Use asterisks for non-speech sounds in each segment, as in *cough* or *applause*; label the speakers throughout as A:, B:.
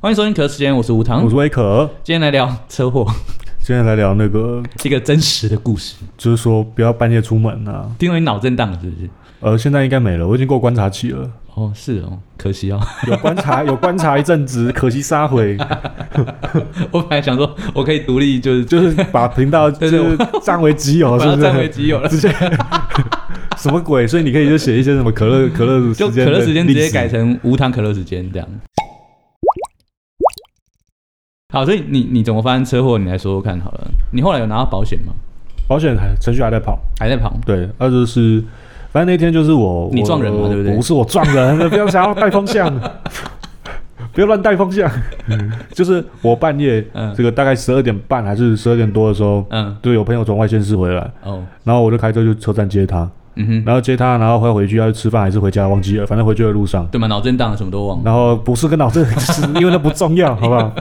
A: 欢迎收听《壳时间》，我是吴唐
B: 我，是威可，
A: 今天来聊车祸， *laughs*
B: 今天来聊那个，
A: 一个真实的故事。
B: 就是说不要半夜出门啊。
A: 听说你脑震荡了是不是？
B: 呃，现在应该没了，我已经过观察期了，
A: 哦，是哦，可惜哦。 *laughs*
B: 有观察，有观察一阵子，可惜杀回，
A: 我本来想说我可以独立，就是
B: *laughs* 就是把频道就
A: 对对
B: 是占为己
A: *laughs*
B: 有，
A: 我
B: 是
A: 要
B: 不
A: 占为
B: 是？
A: 己有了，
B: 直接什么鬼？所以你可以就写一些什么
A: *laughs*
B: 可乐可乐
A: 就
B: 时
A: 可
B: 间的历史，
A: 乐时间直接改成无糖可乐时间这样。好，所以你你怎么发生车祸？你来说说看好了。你后来有拿到保险吗？
B: 保险还程序还在跑，
A: 还在跑？
B: 对，那就是。反正那天就是我，
A: 你
B: 我
A: 撞人嘛对不对
B: 不是我撞人， *laughs* 不要想要带风向， *laughs* 不要乱带风向。 *laughs* 就是我半夜
A: 嗯
B: 这个大概十二点半还是十二点多的时候，
A: 嗯
B: 就有朋友从外县市回来，
A: 哦
B: 然后我就开车去车站接他，
A: 嗯哼，
B: 然后接他，然后快回去要去吃饭还是回家忘记了，反正回去的路上，
A: 对嘛，脑震荡了什么都忘了。
B: 然后不是跟 *laughs* 脑震，是因为那不重要，好不 *laughs* 好？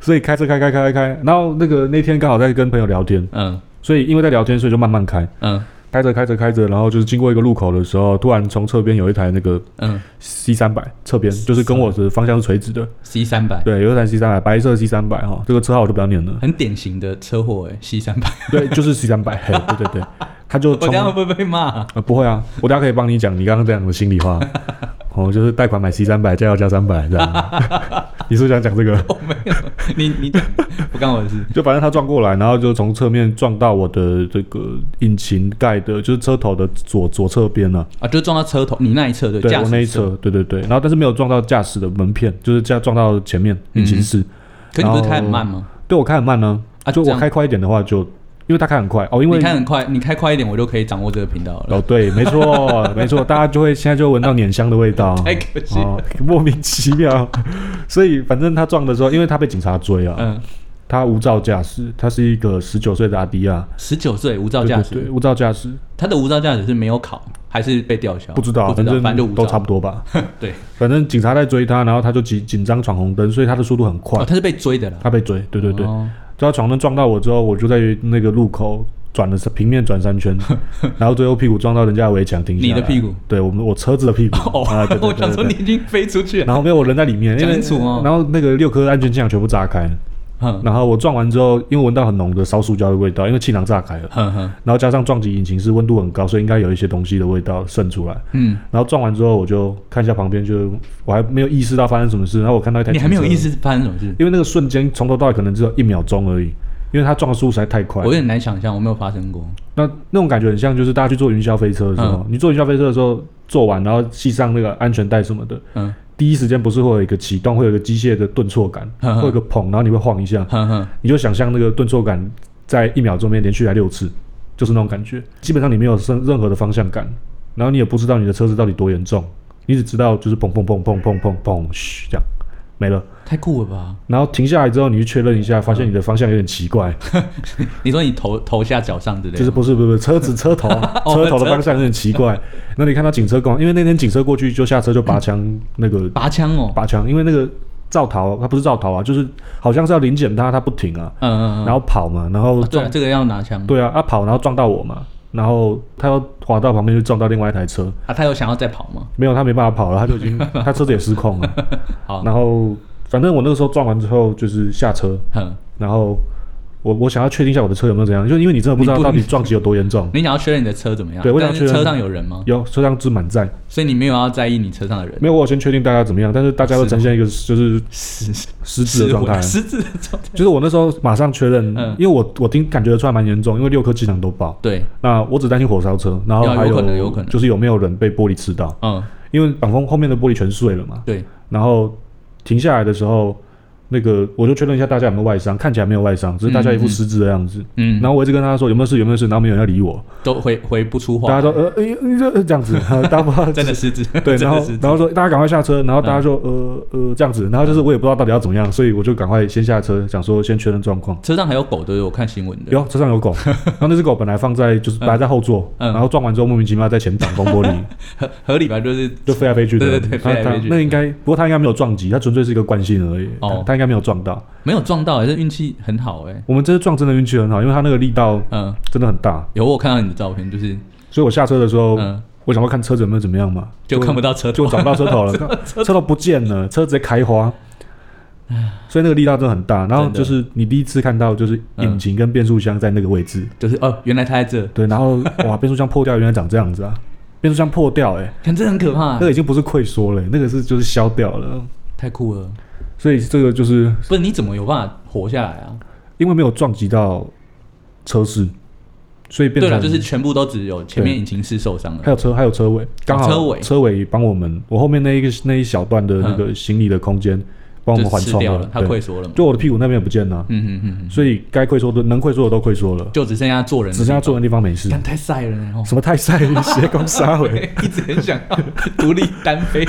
B: 所以开车开开开开开，然后那个那天刚好在跟朋友聊天，
A: 嗯
B: 所以因为在聊天，所以就慢慢开，
A: 嗯
B: 开着开着开着，然后就是经过一个路口的时候，突然从侧边有一台那个
A: 嗯
B: C 三百，侧边就是跟我的方向是垂直的，
A: ，C 三百，
B: 对，有一台 C 三百，白色 C 三百哈，这个车号我就不要念了
A: 很典型的车祸哎，C 三百，
B: 对，就是 C 三百，嘿对对对，他就
A: *laughs* 我
B: 从
A: 这样会不会被骂啊？
B: 呃，不会啊，我等下可以帮你讲你刚刚这样的心
A: *laughs*
B: 里话。哦，就是贷款买 C 三百，加油加三百这样。
A: *laughs*
B: 你是不是想讲这个？
A: 我没有，你你讲不干我的事。
B: 就反正他撞过来，然后就从侧面撞到我的这个引擎盖的，就是车头的左左侧边啊，
A: 啊，就撞到车头，你那一侧对，
B: 对
A: 驾驶
B: 我那一
A: 侧。
B: 侧，对对对。然后但是没有撞到驾驶的门片，就是这样撞到前面
A: 嗯
B: 引擎室。
A: 可你不是开很慢吗？
B: 对我开很慢呢、
A: 啊
B: 就
A: 这
B: 我
A: 样
B: 开快一点的话就，因为他开很快哦，因为
A: 你开很快，你开快一点，我就可以掌握这个频道了。
B: 哦对，没错没错，大家就会现在就闻到碾香的
A: *laughs*
B: 味道。
A: 太哎可惜。
B: 哦，莫名其妙。 *laughs* 所以反正他撞的时候，因为他被警察追啊，
A: 嗯，
B: 他无照驾驶，他是一个十九岁的阿迪亚，
A: 十九岁无照驾
B: 对对对
A: 驶，
B: 无照驾驶，
A: 他的无照驾驶是没有考还是被吊销？
B: 不知道，
A: 不知道，反正就无
B: 都差
A: 照。
B: 不多吧。
A: 对，
B: 反正警察在追他，然后他就紧紧张闯红灯，所以他的速度很快，
A: 哦，他是被追的啦。
B: 他被追，对对对，
A: 哦
B: 就他闯灯撞到我之后，我就在那个路口。转了是平面转三圈，
A: *laughs*
B: 然后最后屁股撞到人家的围墙，停下来。
A: 你的屁股？
B: 对，我们我车子的屁股。
A: *laughs* 哦
B: 啊对，对
A: 我想
B: 对
A: 说
B: 对
A: 你已经飞出去了。
B: 然后没有我人在里面，因
A: 讲
B: 为
A: 清楚哦
B: 然后那个六颗安全气囊全部炸开，
A: 哼
B: 然后我撞完之后，因为闻到很浓的烧塑胶的味道，因为气囊炸开了，
A: 哼哼，
B: 然后加上撞击引擎是温度很高，所以应该有一些东西的味道渗出来。
A: 嗯，
B: 然后撞完之后，我就看一下旁边，就我还没有意识到发生什么事。然后我看到一台，
A: 你还没有意，识发生什么事，
B: 因为那个瞬间从头到尾可能只有一秒钟而已，因为它撞的速度实在太快
A: 我。有点难想象，我没有发生过。
B: 那那种感觉很像，就是大家去坐云霄飞车的时候，你坐云霄飞车的时候坐完，然后系上那个安全带什么的，
A: 嗯
B: 第一时间不是会有一个启动，会有一个机械的顿挫感，
A: 嗯嗯
B: 会有一个砰，然后你会晃一下，
A: 哼哼，
B: 你就想象那个顿挫感在一秒钟内连续来六次，就是那种感觉。基本上你没有任任何的方向感，然后你也不知道你的车子到底多严重，你只知道就是砰砰砰砰砰砰砰，嘘，这样没了。
A: 太酷了吧？
B: 然后停下来之后，你去确认一下，发现你的方向有点奇怪，
A: 你说你头头下脚上之类的吗，
B: 就是不是不是不是车子车头啊哦车头的方向有点奇怪。那你看到警车过来，因为那天警车过去就下车就拔枪，那个
A: 拔枪哦。
B: 拔枪，因为那个造逃他不是造逃啊，就是好像是要临检他，他不停啊，
A: 嗯嗯嗯。
B: 然后跑嘛，然后
A: 啊对啊，这个要拿枪。
B: 对啊，他、跑然后撞到我嘛，然后他又滑到旁边就撞到另外一台车，
A: 啊，他有想要再跑吗？
B: 没有他没办法跑了，他就已经
A: *laughs*
B: 他车子也失控了。
A: 好
B: 然后反正我那个时候撞完之后就是下车，
A: 哼，
B: 然后我我想要确定一下我的车有没有怎样，就因为你真的不知道
A: 你不
B: 到底撞击有多严重。
A: 你想要确认你的车怎么样？
B: 对我想
A: 但是
B: 确认
A: 车上有人吗？
B: 有车上是满载，
A: 所以你没有要在意你车上的人。
B: 没有我有先确定大家怎么样，但是大家都呈现一个就是
A: 是是
B: 失智的状态。
A: 失智的状态。
B: 就是我那时候马上确认，
A: 嗯
B: 因为我我听感觉得出来蛮严重，因为六颗气囊都爆。
A: 对，
B: 那我只担心火烧车，然后
A: 有
B: 还
A: 有可能有可能
B: 就是有没有人被玻璃刺到，
A: 嗯，
B: 因为挡风后面的玻璃全碎了嘛。
A: 对，
B: 然后停下来的时候，那个我就确认一下大家有没有外伤，看起来没有外伤，只是大家一副失智的样子。
A: 嗯，
B: 然后我一直跟他说有没有事，有没有事，然后没有人要理我，
A: 都回回不出话，
B: 大家说呃呃呃呃这样子，然后大家不知
A: *laughs*
B: 道
A: 真的失智，
B: *laughs*
A: *laughs*
B: 对，
A: 真
B: 然后
A: 的失智
B: 然后说大家赶快下车，然后大家就呃呃这样子，然后就是我也不知道到底要怎么样，所以我就赶快先下车，想说先确认状况。
A: 车上还有狗，对不对？我看新闻的。
B: 有车
A: *laughs*
B: 上有狗，然后那只狗本来放在就是本来在后座，
A: 嗯
B: 然后撞完之后莫名其妙在前挡风玻璃
A: 合合理吧？就是
B: 就飞来飞去的，
A: 对对对
B: 它
A: 飞来飞去
B: 它那应该不过它应该没有撞击，它纯粹是一个惯性而已，它
A: 哦
B: 它应该没有撞到。
A: 没有撞到，还是运气很好哎。
B: 我们这次撞真的运气很好，因为它那个力道
A: 嗯，
B: 真的很大，
A: 有我看到你的照片，就是
B: 所以我下车的时候，
A: 嗯，
B: 我想要看车子有没有怎么样嘛，
A: *laughs* 就看不到车
B: 就
A: 头。
B: 找不到车头了，车头不见了，车直接开花。所以那个力道真的很大。然后
A: 真的嗯
B: 就是你第一次看到就是引擎跟变速箱在那个位置，
A: 就是哦，原来他在这，
B: 对，然后
A: *laughs*
B: 哇，变速箱破掉，原来长这样子啊，变速箱破掉、欸，哎，
A: 看这很可怕
B: 那，个已经不是溃缩了、欸那个是就是消掉了。
A: 太酷了。
B: 所以这个就是
A: 不是你怎么有办法活下来啊？
B: 因为没有撞击到车室，所以变
A: 对
B: 成
A: 了，就是全部都只有前面引擎室受伤
B: 还
A: 了。
B: 有车，还有车尾，刚好
A: 哦车尾嗯
B: 车尾帮我们，我后面那一个那一小段的那个行李的空间，帮我
A: 就
B: 们缓
A: 吃
B: 冲
A: 掉了，它
B: 对
A: 溃缩了嘛。
B: 就我的屁股那边也不见了，
A: 嗯嗯嗯嗯，
B: 所以该溃缩的能溃缩的都溃缩了，
A: 就只剩下做人，
B: 只剩下坐人的地方没事。
A: 看太晒了
B: *laughs*
A: 呢，哦
B: 什么太晒斜弓杀
A: *laughs*
B: 尾，
A: 一直很想要独立单飞。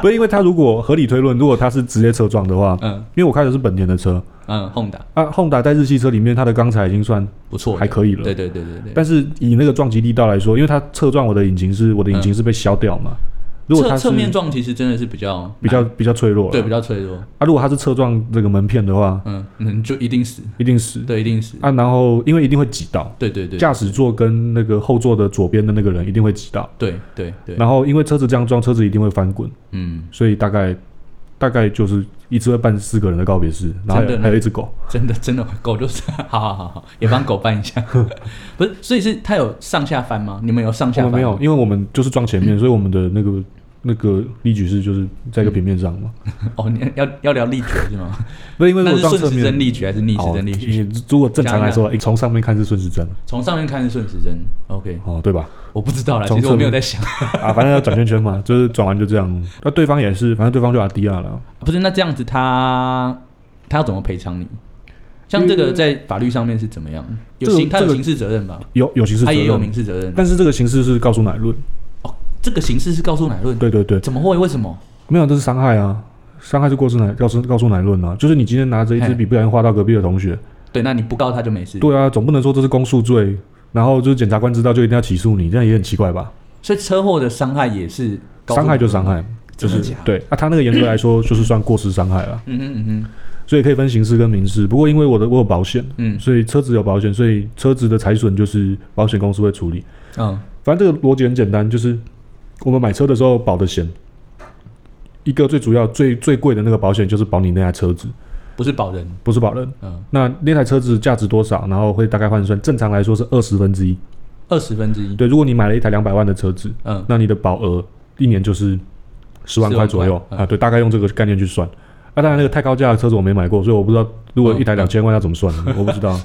B: 不是因为他如果合理推论，如果他是直接车撞的话，
A: *laughs* 嗯
B: 因为我开的是本田的车
A: 嗯，Honda
B: 啊，Honda 在日系车里面它的钢材已经算
A: 不错的，
B: 还可以了，
A: 对对对对对。
B: 但是以那个撞击力道来说，因为它侧撞我的引擎是我的引擎是被削掉嘛，如果它
A: 侧嗯
B: 是啊
A: 侧面撞其实真的是比较
B: 比较比较脆弱了，
A: 对比较脆弱，
B: 啊，如果它是侧撞这个门片的话，
A: 嗯，嗯就一定死，
B: 一定是
A: 对，一定死，
B: 啊，然后因为一定会挤到
A: 对对对
B: 驾驶座跟那个后座的左边的那个人一定会挤到，
A: 对对对，
B: 然后因为车子这样撞，车子一定会翻滚，
A: 嗯，
B: 所以大概大概就是一次会办四个人的告别式，然后
A: 真
B: 还
A: 的
B: 有
A: 呢
B: 还有一只狗，
A: 真的真的狗就是 *laughs* 好好好好，也帮狗搬一
B: *laughs*
A: 下，不是，所以是它有上下翻吗？你们有上
B: 我
A: 下
B: 们
A: 翻？
B: 没有，，因为我们就是撞前
A: *coughs*
B: 面，所以我们的那个那个力矩是就是在一
A: 嗯
B: 个平面上嘛，
A: 哦，你要要聊力学是吗？
B: 不是因为
A: 那
B: 我
A: 是
B: 撞
A: 顺
B: 侧
A: 时针
B: 面。
A: 力学还是逆时针力学？
B: 哦你如果正常来说，从上面看是顺时针
A: 从上面看是顺时针，OK，
B: 哦，对吧？
A: *laughs* 我不知道啦，
B: 从
A: 其实我
B: 侧
A: 没有在
B: 面
A: 想， *laughs*
B: 啊，反正要转圈圈嘛，就是转完就这样。那对方也是，反正对方就阿迪亚了。
A: 不是，那这样子他他要怎么赔偿你？像这个在法律上面是怎么样？有
B: 这个
A: 刑，他
B: 这
A: 有
B: 个
A: 刑事责任吧？
B: 有有刑事责
A: 他也有
B: 任，
A: 民事责任。
B: 但是这个形式是告诉乃论，
A: 这个刑事是告诉乃论，
B: 对对对，
A: 怎么会？为什么？
B: 没有这是伤害啊，伤害是过诉乃告诉告诉乃论啊，就是你今天拿着一支笔不小心划到隔壁的同学，
A: 对，那你不告他就没事。
B: 对啊，总不能说这是公诉罪，然后就是检察官知道就一定要起诉你，这样也很奇怪吧？
A: 所以车祸的伤害也是告诉嗯
B: 伤害就伤害，就
A: 真
B: 是
A: 的假的？
B: 对，啊，他那个严格来说就是算过失伤害了，
A: 嗯哼嗯哼
B: 所以可以分刑事跟民事。不过因为我的我有保险，
A: 嗯
B: 所以车子有保险，所以车子的财损就是保险公司会处理。
A: 嗯
B: 反正这个逻辑很简单，就是我们买车的时候保的险，一个最主要、最最贵的那个保险就是保你那台车子，
A: 不是保人，
B: 不是保人。
A: 嗯，
B: 那那台车子价值多少？然后会大概换算，正常来说是二十分之一。
A: 二十分之一，
B: 对，如果你买了一台两百万的车子，
A: 嗯，
B: 那你的保额一年就是十万
A: 10
B: 块
A: 万
B: 左右
A: 块嗯
B: 啊。对，大概用这个概念去算。啊，当然那个太高价的车子我没买过，所以我不知道如果一台
A: 嗯
B: 两千万要怎
A: *laughs*
B: 么算，我不知道。啊，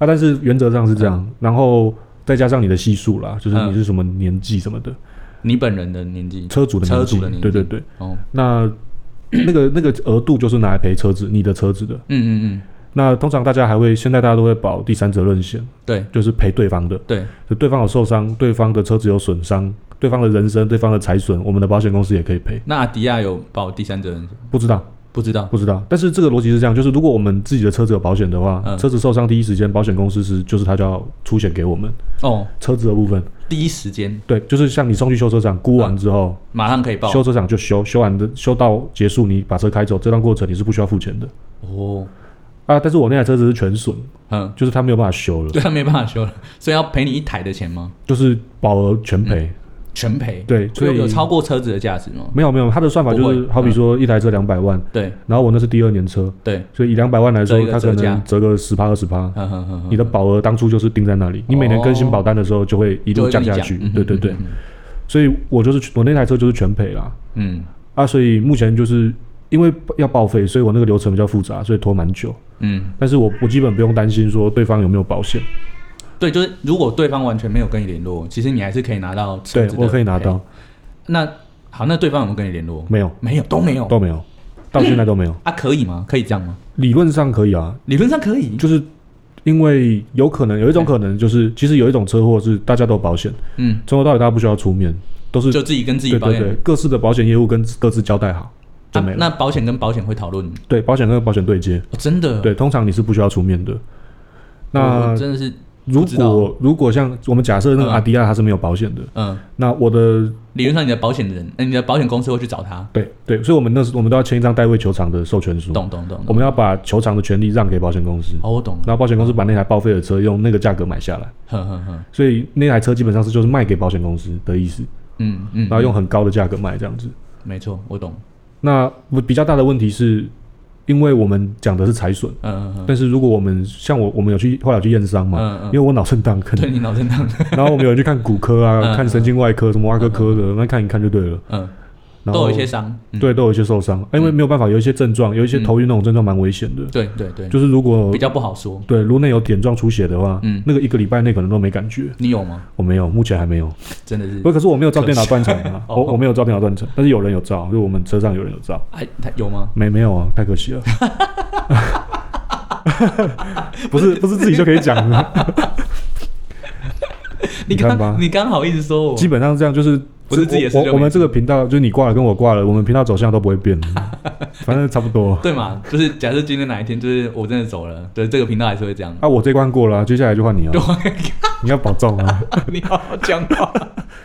B: 但是原则上是这样，然后再加上你的系数啦，就是你
A: 嗯
B: 是什么年纪什么的。
A: 你本人的年纪
B: 车主的
A: 车
B: 年纪，
A: 主的年纪
B: 对对对，
A: 哦，
B: 那 *coughs* 那个那个额度就是拿来赔车子，你的车子的。
A: 嗯嗯
B: 那通常大家还会，现在大家都会保第三责任险，
A: 嗯，对
B: 就是赔对方的，
A: 对，
B: 就对方有受伤，对方的车子有损伤，对方的人身、对方的财损，我们的保险公司也可以赔。
A: 那阿迪亚有保第三责任险吗？
B: 不知道，
A: 不知道，
B: 不知道。但是这个逻辑是这样，就是如果我们自己的车子有保险的话，
A: 嗯
B: 车子受伤第一时间，保险公司是就是他就要出险给我们
A: 哦，
B: 车子的部分。
A: 第一时间
B: 对，就是像你送去修车厂，估完之后，
A: 马上可以报
B: 修车厂就修，修完的修到结束，你把车开走，这段过程你是不需要付钱的。
A: 哦，
B: 啊，但是我那台车子是全损，
A: 嗯，
B: 就是他没有办法修了，
A: 对啊他没办法修了，所以要赔你一台的钱吗？
B: 就是保额全赔。
A: 全赔，
B: 对，所
A: 有
B: 以
A: 嗯有超过车子的价值吗？
B: 没有没有，他的算法就
A: 不
B: 是
A: 会嗯
B: 好比说一台车两百万，
A: 对
B: 然后我那是第二年车，
A: 对，
B: 所以以两百万来
A: 折一
B: 说，
A: 个
B: 他可
A: 折价
B: 能折个十趴二十趴。
A: 嗯哼哼哼，
B: 你的保额当初就是定在那里，你每年更新保单的时候就会一
A: 就
B: 路
A: 会跟
B: 降
A: 你
B: 下
A: 讲
B: 去
A: 嗯。
B: 对对对
A: 嗯，嗯
B: 所以我就是我那台车就是全赔啦。
A: 嗯
B: 啊，所以目前就是因为要报废，所以我那个流程比较复杂，所以拖蛮久。
A: 嗯，
B: 但是我我基本不用担心说对方有没有保险，
A: 对，就是如果对方完全没有跟你联络，其实你还是可以拿到车
B: 对
A: 子的
B: 我可以拿
A: 赔。
B: 到，
A: 那好，那对方有没有跟你联络？
B: 没有
A: 没有，都没有
B: 都没有，到现在都没有。
A: 啊？可以吗？可以这样吗？
B: 理论上可以啊，
A: 理论上可以，
B: 就是因为有可能有一种可能就是，其实有一种车祸是大家都有保险，
A: 嗯，
B: 从头到尾大家不需要出面，都是
A: 就自己跟自己
B: 对
A: 保
B: 对
A: 险。
B: 对各自的保险业务跟各自交代好就
A: 啊
B: 没了。
A: 那保险跟保险会讨论，
B: 对，保险跟保险对接，
A: 哦真的，
B: 对，通常你是不需要出面的。
A: 我
B: 那
A: 真的是，
B: 如
A: 不知道
B: 果如果像我们假设那个
A: 嗯
B: 阿迪亚他是没有保险的，
A: 嗯，
B: 那我的
A: 理论上你的保险人，呃你的保险公司会去找他，
B: 对对，所以我们那时我们都要签一张代位球场的授权书，
A: 懂懂懂，懂
B: 我们要把球场的权利让给保险公司，
A: 哦，我懂了，
B: 然后保险公司把那台报废的车用那个价格买下来，
A: 哼哼哼，
B: 所以那台车基本上是就是卖给保险公司的意思，
A: 嗯嗯，
B: 然后用很高的价格卖这样子。
A: 没错，我懂，
B: 那我比较大的问题是，因为我们讲的是财损，
A: 嗯嗯
B: 但是如果我们像我，我们有去后来有去验伤嘛，
A: 嗯嗯
B: 因为我脑震荡，可
A: 对
B: 能，
A: 你脑震
B: *laughs*
A: 荡，
B: 然后我们有人去看骨科
A: 嗯
B: 啊，
A: 嗯
B: 看神经外科、什么外科科的，那看一看就对了。
A: 嗯，
B: 然
A: 都
B: 后
A: 有一些伤，嗯
B: 对，都有一些受伤，啊因为没有办法，有一些症状，有一些头晕那种症状蛮危险的，
A: 对对对，
B: 就是如果
A: 嗯比较不好说。
B: 对颅内有点状出血的话，
A: 嗯
B: 那个一个礼拜内可能都没感觉。
A: 你有吗？
B: 我没有，目前还没有。
A: 真的是
B: 不，可是我没有照电脑断层啊，
A: 嗯可惜 *laughs*
B: 我我没有照电脑断层，但是有人有照，就我们车上有人有照。
A: 哎，他有吗？
B: 没没有啊，太可惜
A: *laughs*
B: 了。不是不是自己就可以讲的，
A: 你
B: 你看吧
A: 刚你刚好一直说我，
B: 基本上这样就是。
A: 不是自己的事就
B: 我
A: 没
B: 我我们这个频道就是你挂了跟我挂了，我们频道走向都不
A: *laughs*
B: 会变，反正差不多。
A: 对嘛？就是假设今天哪一天，就是我真的走了，对这个频道还是会这样。
B: *laughs* 啊，我这关过了啊、接下来就换你
A: *laughs* 对
B: 了，，你要保重
A: *laughs*
B: 啊，
A: 你好好讲话。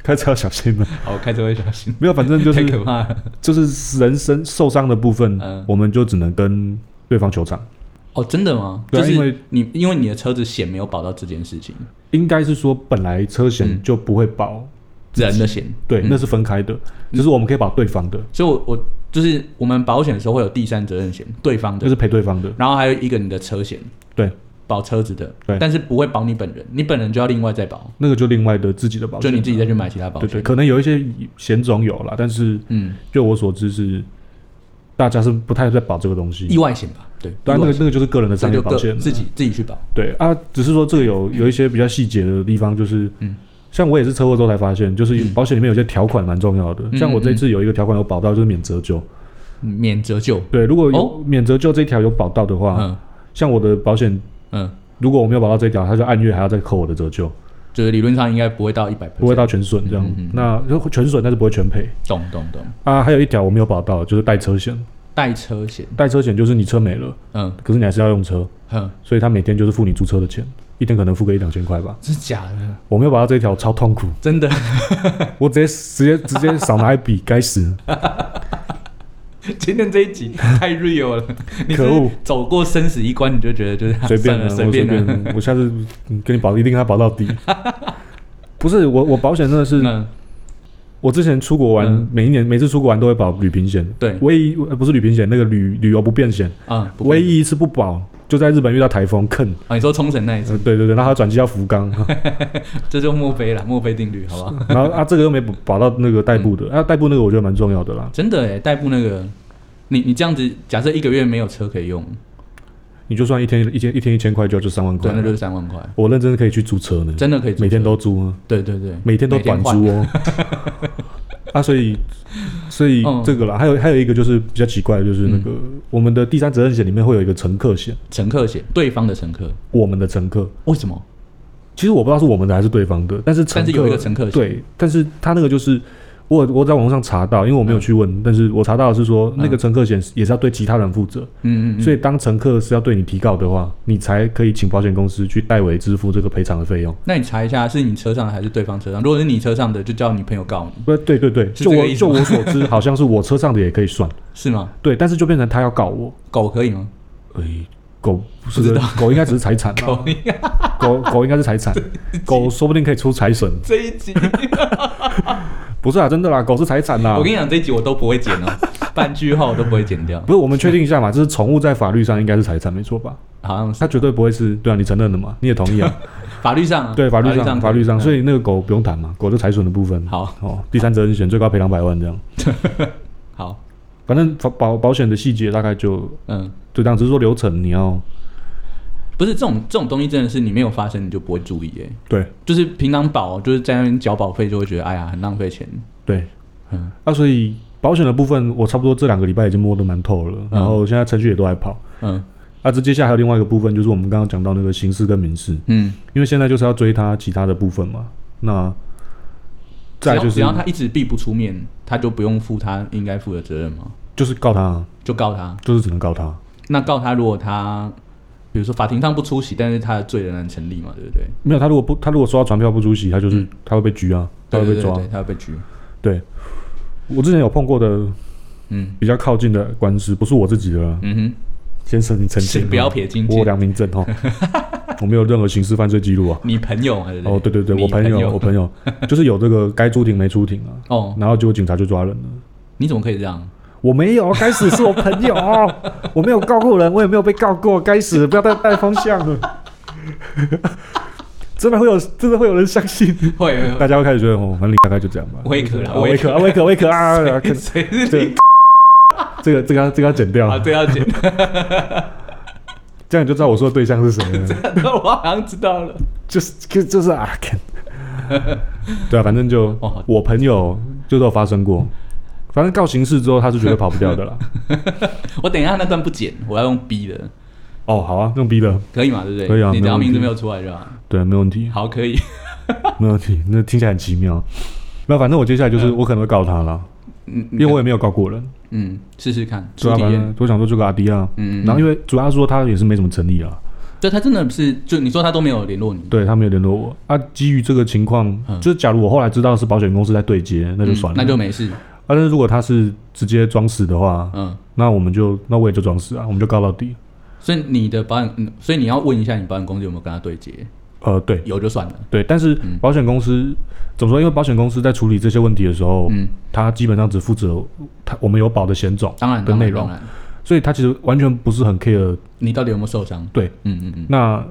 B: 开车要小心了。
A: *laughs* 好，我开车会小心，
B: 没有，反正就
A: 太
B: 是啊
A: 可怕了。
B: 就是人身受伤的部分，
A: 嗯
B: 我们就只能跟对方求偿。
A: 哦，真的吗？
B: 对
A: 就
B: 啊因
A: 是
B: 为
A: 你，因为你的车子险没有保到这件事情，
B: 应该是说本来车险
A: 嗯
B: 就不会保，
A: 人的险。
B: 对，
A: 嗯
B: 那是分开的，就是我们可以保对方的，
A: 所以我我就是我们保险的时候会有第三责任险，对方
B: 就
A: 的，
B: 是赔对方的，
A: 然后还有一个你的车险，
B: 对，
A: 保车子的，
B: 对
A: 但是不会保你本人，你本人就要另外再保，
B: 那个就另外的自己的保
A: 就
B: 险，
A: 你自己再去买其他保
B: 对
A: 险。
B: 对，可能有一些险种有啦，但是
A: 嗯，
B: 就我所知是大家是不太在保这个东西
A: 意，外险吧，对，
B: 当然
A: 意
B: 那
A: 外
B: 个那个就是个人的
A: 这
B: 商
A: 就
B: 业
A: 各
B: 保险了，
A: 自己自己去保。
B: 对啊，只是说这个有有一些比较细节的地方，就是
A: 嗯
B: 像我也是车祸之后才发现，就是
A: 嗯
B: 保险里面有些条款蛮重要的，
A: 嗯
B: 像我这次有一个条款有保到，就是免折旧。
A: 嗯免折旧。
B: 对，如果有、
A: 哦
B: 免折旧这一条有保到的话，
A: 嗯
B: 像我的保险，
A: 嗯，
B: 如果我没有保到这一条，它就按月还要再扣我的折旧，
A: 就是理论上应该不会到一百，
B: 不会到全损这样。
A: 嗯嗯嗯
B: 那就全损，但是不会全赔
A: 懂懂懂。
B: 啊。还有一条我没有保到，就是代车险。
A: 代车险，
B: 代车险就是你车没了，
A: 嗯
B: 可是你还是要用车，
A: 哼，
B: 所以他每天就是付你租车的钱，一天可能付个一两千块吧。
A: 是假的，
B: 我没有保到这一条，超痛苦。
A: 真的 *laughs*
B: 我直接直接直接少拿一笔，
A: *laughs*
B: 该死！
A: 今天这一集太 real 了，你
B: 可恶！
A: 走过生死一关，你就觉得就是啊
B: 随便
A: 算
B: 啊
A: 了，
B: 我
A: 随
B: 随
A: 便了。
B: 便，我下次嗯跟你保，一定跟他保到
A: *laughs*
B: 底。不是我，我保险真的是，
A: 嗯，
B: 我之前出国玩，
A: 嗯
B: 每一年每次出国玩都会保旅平险，
A: 对
B: 唯一呃不是旅平险，那个旅旅游不便险，
A: 啊，不
B: 唯一一次不保就在日本遇到台风坑，
A: 啊，你说冲绳那一次，
B: 呃对对对，然后他转机要福冈， *laughs* 嗯
A: 这就墨菲了，墨菲定律，好不好？
B: 然后啊这个又没保保到那个代步
A: 嗯
B: 的，啊代步那个我觉得蛮重要的啦，
A: 真的哎，代步那个，你你这样子，假设一个月没有车可以用，
B: 你就算一天一天一天一千块就要就三万块
A: 对，，那就是三万块，
B: 我认真可以去租车呢，
A: 真的可以租
B: 每天
A: 车，
B: 都租啊，
A: 对对对，
B: 每天都短租哦。 *laughs* 啊，所以所以
A: 嗯
B: 这个啦，还有还有一个就是比较奇怪的，就是那个、我们的第三责任险里面会有一个乘客险，
A: 乘客险，对方的乘客，
B: 我们的乘客。
A: 为什么？
B: 其实我不知道是我们的还是对方的，但是乘
A: 但
B: 客
A: 是有一个乘客险，
B: 对，但是他那个就是我我在网络上查到，因为我
A: 嗯
B: 没有去问，但是我查到的是说那个乘客险也是要对其他人负责，
A: 嗯嗯嗯，
B: 所以当乘客是要对你提告的话，你才可以请保险公司去代为支付这个赔偿的费用。
A: 那你查一下是你车上的还是对方车上？如果是你车上的，就叫你朋友告你，
B: 不，对对对，
A: 是
B: 就
A: 这个
B: 我
A: 意思
B: 就
A: 吗
B: 我所知，好像是我车上的也可以算。
A: 是吗？
B: 对，但是就变成他要搞我。
A: 狗可以吗？
B: 诶、狗不是
A: 知
B: 个狗，应该只是财产吧？
A: *laughs* 狗应该
B: 狗狗应该是财
A: *laughs*
B: 产，狗说不定可以出财神。
A: 这一集，
B: 不是啊，真的啦，狗是财产啦
A: 我。跟你讲，这一集我都不会
B: *laughs*
A: 剪哦，半句话我都不会剪掉，
B: 不是，我们确定一下嘛，就是宠物在法律上应该是财产，没错吧？
A: 好像是
B: 它绝对不会是，对啊，你承认了嘛？你也同
A: *laughs*
B: 意啊？
A: 法律上啊，
B: 对，法律上，法律上，
A: 以
B: 所以那个狗不用谈嘛，狗就财损的部分。
A: 好
B: 哦，第三责任险最高赔两百万这样，
A: 好，
B: 反正保保保险的细节大概就
A: 嗯，
B: 就这样，只是说流程你要
A: 不是这种这种东西真的是你没有发生你就不会注意耶，
B: 对
A: 就是平常保就是在那边缴保费就会觉得哎呀很浪费钱，
B: 对，
A: 嗯
B: 啊，所以保险的部分我差不多这两个礼拜已经摸得蛮透了，然后现在程序也都在跑。
A: 嗯
B: 啊，这接下来还有另外一个部分，就是我们刚刚讲到那个刑事跟民事，
A: 嗯，
B: 因为现在就是要追他其他的部分嘛。那再
A: 只
B: 来
A: 要
B: 就
A: 只
B: 是
A: 要他一直避不出面，他就不用负他应该负的责任嘛，
B: 就是告他，啊
A: 就告他。
B: 就是只能告他。
A: 那告他，如果他比如说法庭上不出席，但是他的罪仍然成立嘛，对不对？
B: 没有他如果不他如果收到传票不出席，他就是、他会被拘啊，他会
A: 嗯对
B: 被抓。
A: 对对对他会被拘。
B: 对我之前有碰过的
A: 嗯
B: 比较靠近的官司，不是我自己的啦，
A: 嗯
B: 先生你澄
A: 哼，请
B: 清，啊
A: 不要，撇清
B: 我有
A: 界。
B: 良民证
A: *laughs*
B: 哈，我没有任何刑事犯罪记录啊。
A: 你朋友还是
B: 哦，对对对，
A: 你
B: 我朋友，我
A: 友
B: 朋友就是有这个该出庭没出庭啊，
A: 哦，
B: *laughs* 然后结果警察就抓人了。
A: 你怎么可以这样？ *laughs*
B: 我没有，该死是我朋友， *laughs* 我没有告过人，我也没有被告过，该死，不要再带风向了。 *laughs* 真的会有，真的会有人相信，
A: 会会
B: 大
A: 会
B: 家会开始觉得哦，反正你大概就这样吧。
A: 威克啦
B: 啊威克啊，威克，威克啊，啊 *laughs* 可
A: 谁是
B: 这
A: 你
B: 个这个这个要这个要剪
A: 啊？
B: 掉，
A: 这要剪，
B: 这样你就知道我说的对象是谁了。
A: *laughs* 我好像知道了。
B: 就是就就是啊，看 *laughs* 对啊，反正就
A: 哦好
B: 我朋友就都有发生过，反正告刑事之后他是绝对跑不掉
A: *laughs*
B: 的啦。
A: 我等一下那段不剪，我要用 B 的，
B: 哦，好啊，用逼的，
A: 可以吗？对不对？
B: 可以啊
A: 你只要
B: 没问题
A: 名字没有出来就好。
B: 对，啊没问题，
A: 好，可以。
B: 没问题。那听起来很奇妙，那反正我接下来就是
A: 嗯
B: 我可能会告他啦，
A: 嗯，
B: 因为我
A: 也
B: 也没有告过人，
A: 嗯试试看
B: 主
A: 初
B: 要
A: 体
B: 反
A: 验。
B: 正我想说就个阿迪啊，
A: 嗯，嗯嗯
B: 然后因为主要说他也是没什么诚意啊，
A: 对他真的是，就你说他都没有联络你，
B: 对他没有联络我啊。基于这个情况，
A: 嗯
B: 就是假如我后来知道是保险公司在对接，那就
A: 嗯
B: 算了，
A: 那就没事。
B: 啊。但是如果他是直接装死的话，
A: 嗯，
B: 那我们就那我也就装死啊，我们就告到底。
A: 所以你的保险，嗯所以你要问一下你保险公司有没有跟他对接，
B: 呃，对
A: 有就算了。
B: 对，但是
A: 嗯
B: 保险公司怎么说？因为保险公司在处理这些问题的时候，
A: 嗯，
B: 它基本上只负责它我们有保的险种，
A: 当然，
B: 的
A: 当
B: 内
A: 然，
B: 容
A: 当然，
B: 所以它其实完全不是很 care。
A: 你到底有没有受伤？
B: 对，
A: 嗯嗯嗯，
B: 那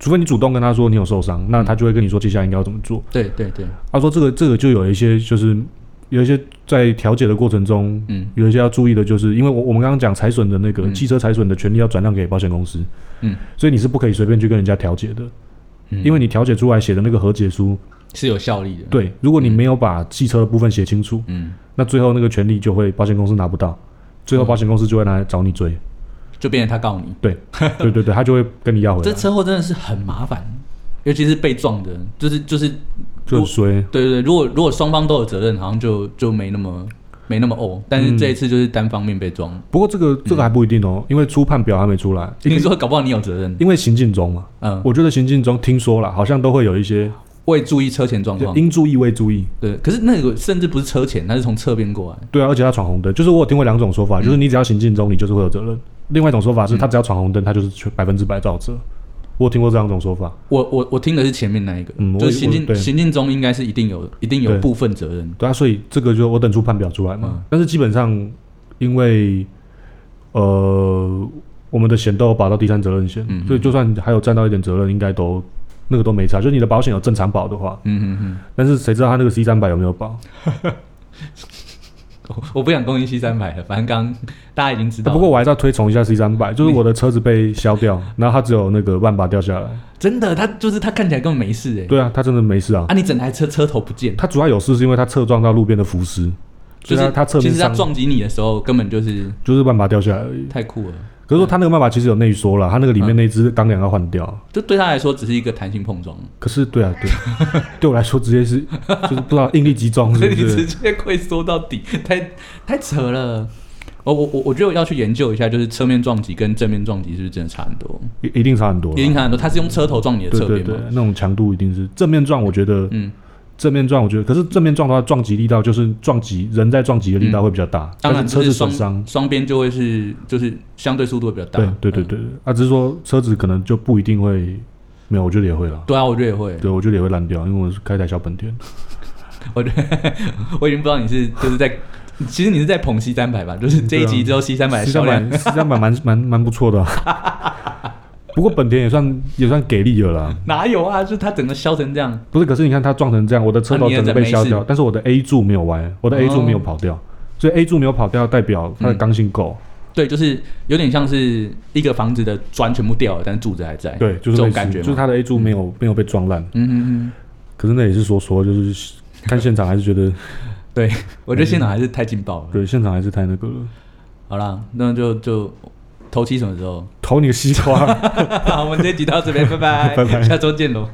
B: 除非你主动跟他说你有受伤，那他就会跟你说接下来应该要怎么做。
A: 对对对，
B: 他说这个这个就有一些就是有一些在调解的过程中。
A: 嗯
B: 有一些要注意的，就是因为我我们刚刚讲财损的那个
A: 嗯
B: 汽车财损的权利要转让给保险公司，
A: 嗯，
B: 所以你是不可以随便去跟人家调解的，
A: 嗯，
B: 因为你调解出来写的那个和解书，
A: 是有效力的。，
B: 对，如果你没有把汽车的部分写清楚，
A: 嗯，
B: 那最后那个权利就会保险公司拿不到，最后保险公司就会来找
A: *laughs*
B: 你追。
A: 就变成他告你。
B: 对对对，啊他就会跟你要回
A: 这
B: 来，
A: 车祸真的是很麻烦，尤其是被撞的，就是就是，
B: 就很衰。
A: 对对对，如果如果双方都有责任，好像就就没那么没那么哦。但
B: 嗯
A: 是这一次就是单方面被撞，
B: 不过这
A: 嗯
B: 个这个还不一定哦，因为初判表还没出来，
A: 你说搞不好你有责任，
B: 因为行进中嘛，
A: 嗯，
B: 我觉得行进中听说了，好像都会有一些
A: 未注意车前状况，
B: 应注意未注意。
A: 对，可是那个甚至不是车前，他是从侧边过来，
B: 对啊，而且他闯红灯，就是我有听过两种说
A: 嗯
B: 法，就是你只要行进中，你就是会有责任；，另外一种说法是他只要闯红灯，他就是全百分之百照责。我有听过这两种说法，
A: 我我我听的是前面那一个，
B: 嗯我
A: 就是行
B: 我
A: 进
B: 对
A: 行进中应该是一定有一定有
B: 对
A: 部分责任，
B: 对啊，所以这个就我等初判表出来嘛。
A: 嗯
B: 但是基本上，因为呃，我们的险都有保到第三责任险，
A: 嗯
B: 所以就算还有占到一点责任，应该都那个都没差。就是你的保险有正常保的话，
A: 嗯嗯嗯，
B: 但是谁知道他那个 C 三百有没有保？
A: 我我不想攻击西三百了，反正刚刚大家已经知道了，
B: 啊哦不过我还是要推崇一下 C 三百，就是我的车子被削
A: *laughs*
B: 掉，然后它只有那个万把掉下来。
A: 真的他就是他看起来根本没事哎、
B: 对啊，他真的没事啊。
A: 啊，你整台车车头不见，
B: 他主要有事是因为他侧撞到路边的浮尸，
A: 就
B: 所啊
A: 是
B: 以他他侧
A: 其
B: 面
A: 实他
B: 伤
A: 撞击你的时候根本就是
B: 就是万把掉下来而已。
A: 太酷了，
B: 可是说他那个万把其实有内缩了，他那个
A: 嗯
B: 里面那一只当两要换掉。
A: 这对他来说只是一个弹性碰撞，
B: 可是，对啊，对， *laughs* 对我来说直接是就是不知道应力击
A: *laughs*
B: 中，
A: 所
B: 是
A: 以
B: 不
A: 你直
B: 是？
A: 接会缩到底，太太扯了。哦我我我我觉得我要去研究一下，就是侧面撞击跟正面撞击是不是真的差很多？
B: 一一定差很多啦，
A: 一定差很多，他是用车头撞你的
B: 对
A: 侧
B: 对
A: 边
B: 对
A: 嘛？，
B: 那种强度一定是正面撞，我觉得
A: 嗯，
B: 正面撞，我觉得可是正面撞的话，撞击力道就是撞击人在撞击的力道会比较大，
A: 嗯当
B: 但
A: 然
B: 是
A: 就
B: 车
A: 是
B: 子
A: 双
B: 损伤，
A: 双边就会是就是相对速度会比较大
B: 对。对
A: 嗯
B: 对对，对啊，只是说车子可能就不一定会，没有，我觉得也会啦，
A: 对啊，我觉得也会。
B: 对我觉得也会烂掉，因为我是开台小本田，
A: 我觉得我已经不知道你是就是在，其实你是在捧 C 三百吧？就是这一集之后 C 三百
B: 十
A: 销
B: 啊三
A: 量
B: 版十三版蛮蛮蛮不错的啊、
A: *laughs*
B: 不过本田也算也算给力了啦。
A: 哪有啊？就是它整个削成这样，
B: 不是，可是你看它撞成这样，我的车头整个被削
A: 啊你也没
B: 掉，
A: 事
B: 但是我的 A 柱没有歪，我的 A 柱
A: 哦
B: 没有跑掉，所以 A 柱没有跑掉代表它的刚性够，
A: 对，就是有点像是一个房子的砖全部掉了，但是柱子还在。
B: 对，就是
A: 嗯这种
B: 类似
A: 感觉嘛
B: 就是它的 A 柱没有没有被撞烂，
A: 嗯嗯
B: 可是那也是说说，就是看现场还是觉得，
A: 嗯， *laughs* 对，我觉得现场还是太劲爆了。
B: 对，现场还是太那个了，
A: 好啦，那就就头七什么时候？
B: 投你个西瓜。
A: *laughs* 好，我们这一集到这边，拜拜，
B: 拜拜
A: 下周见喽。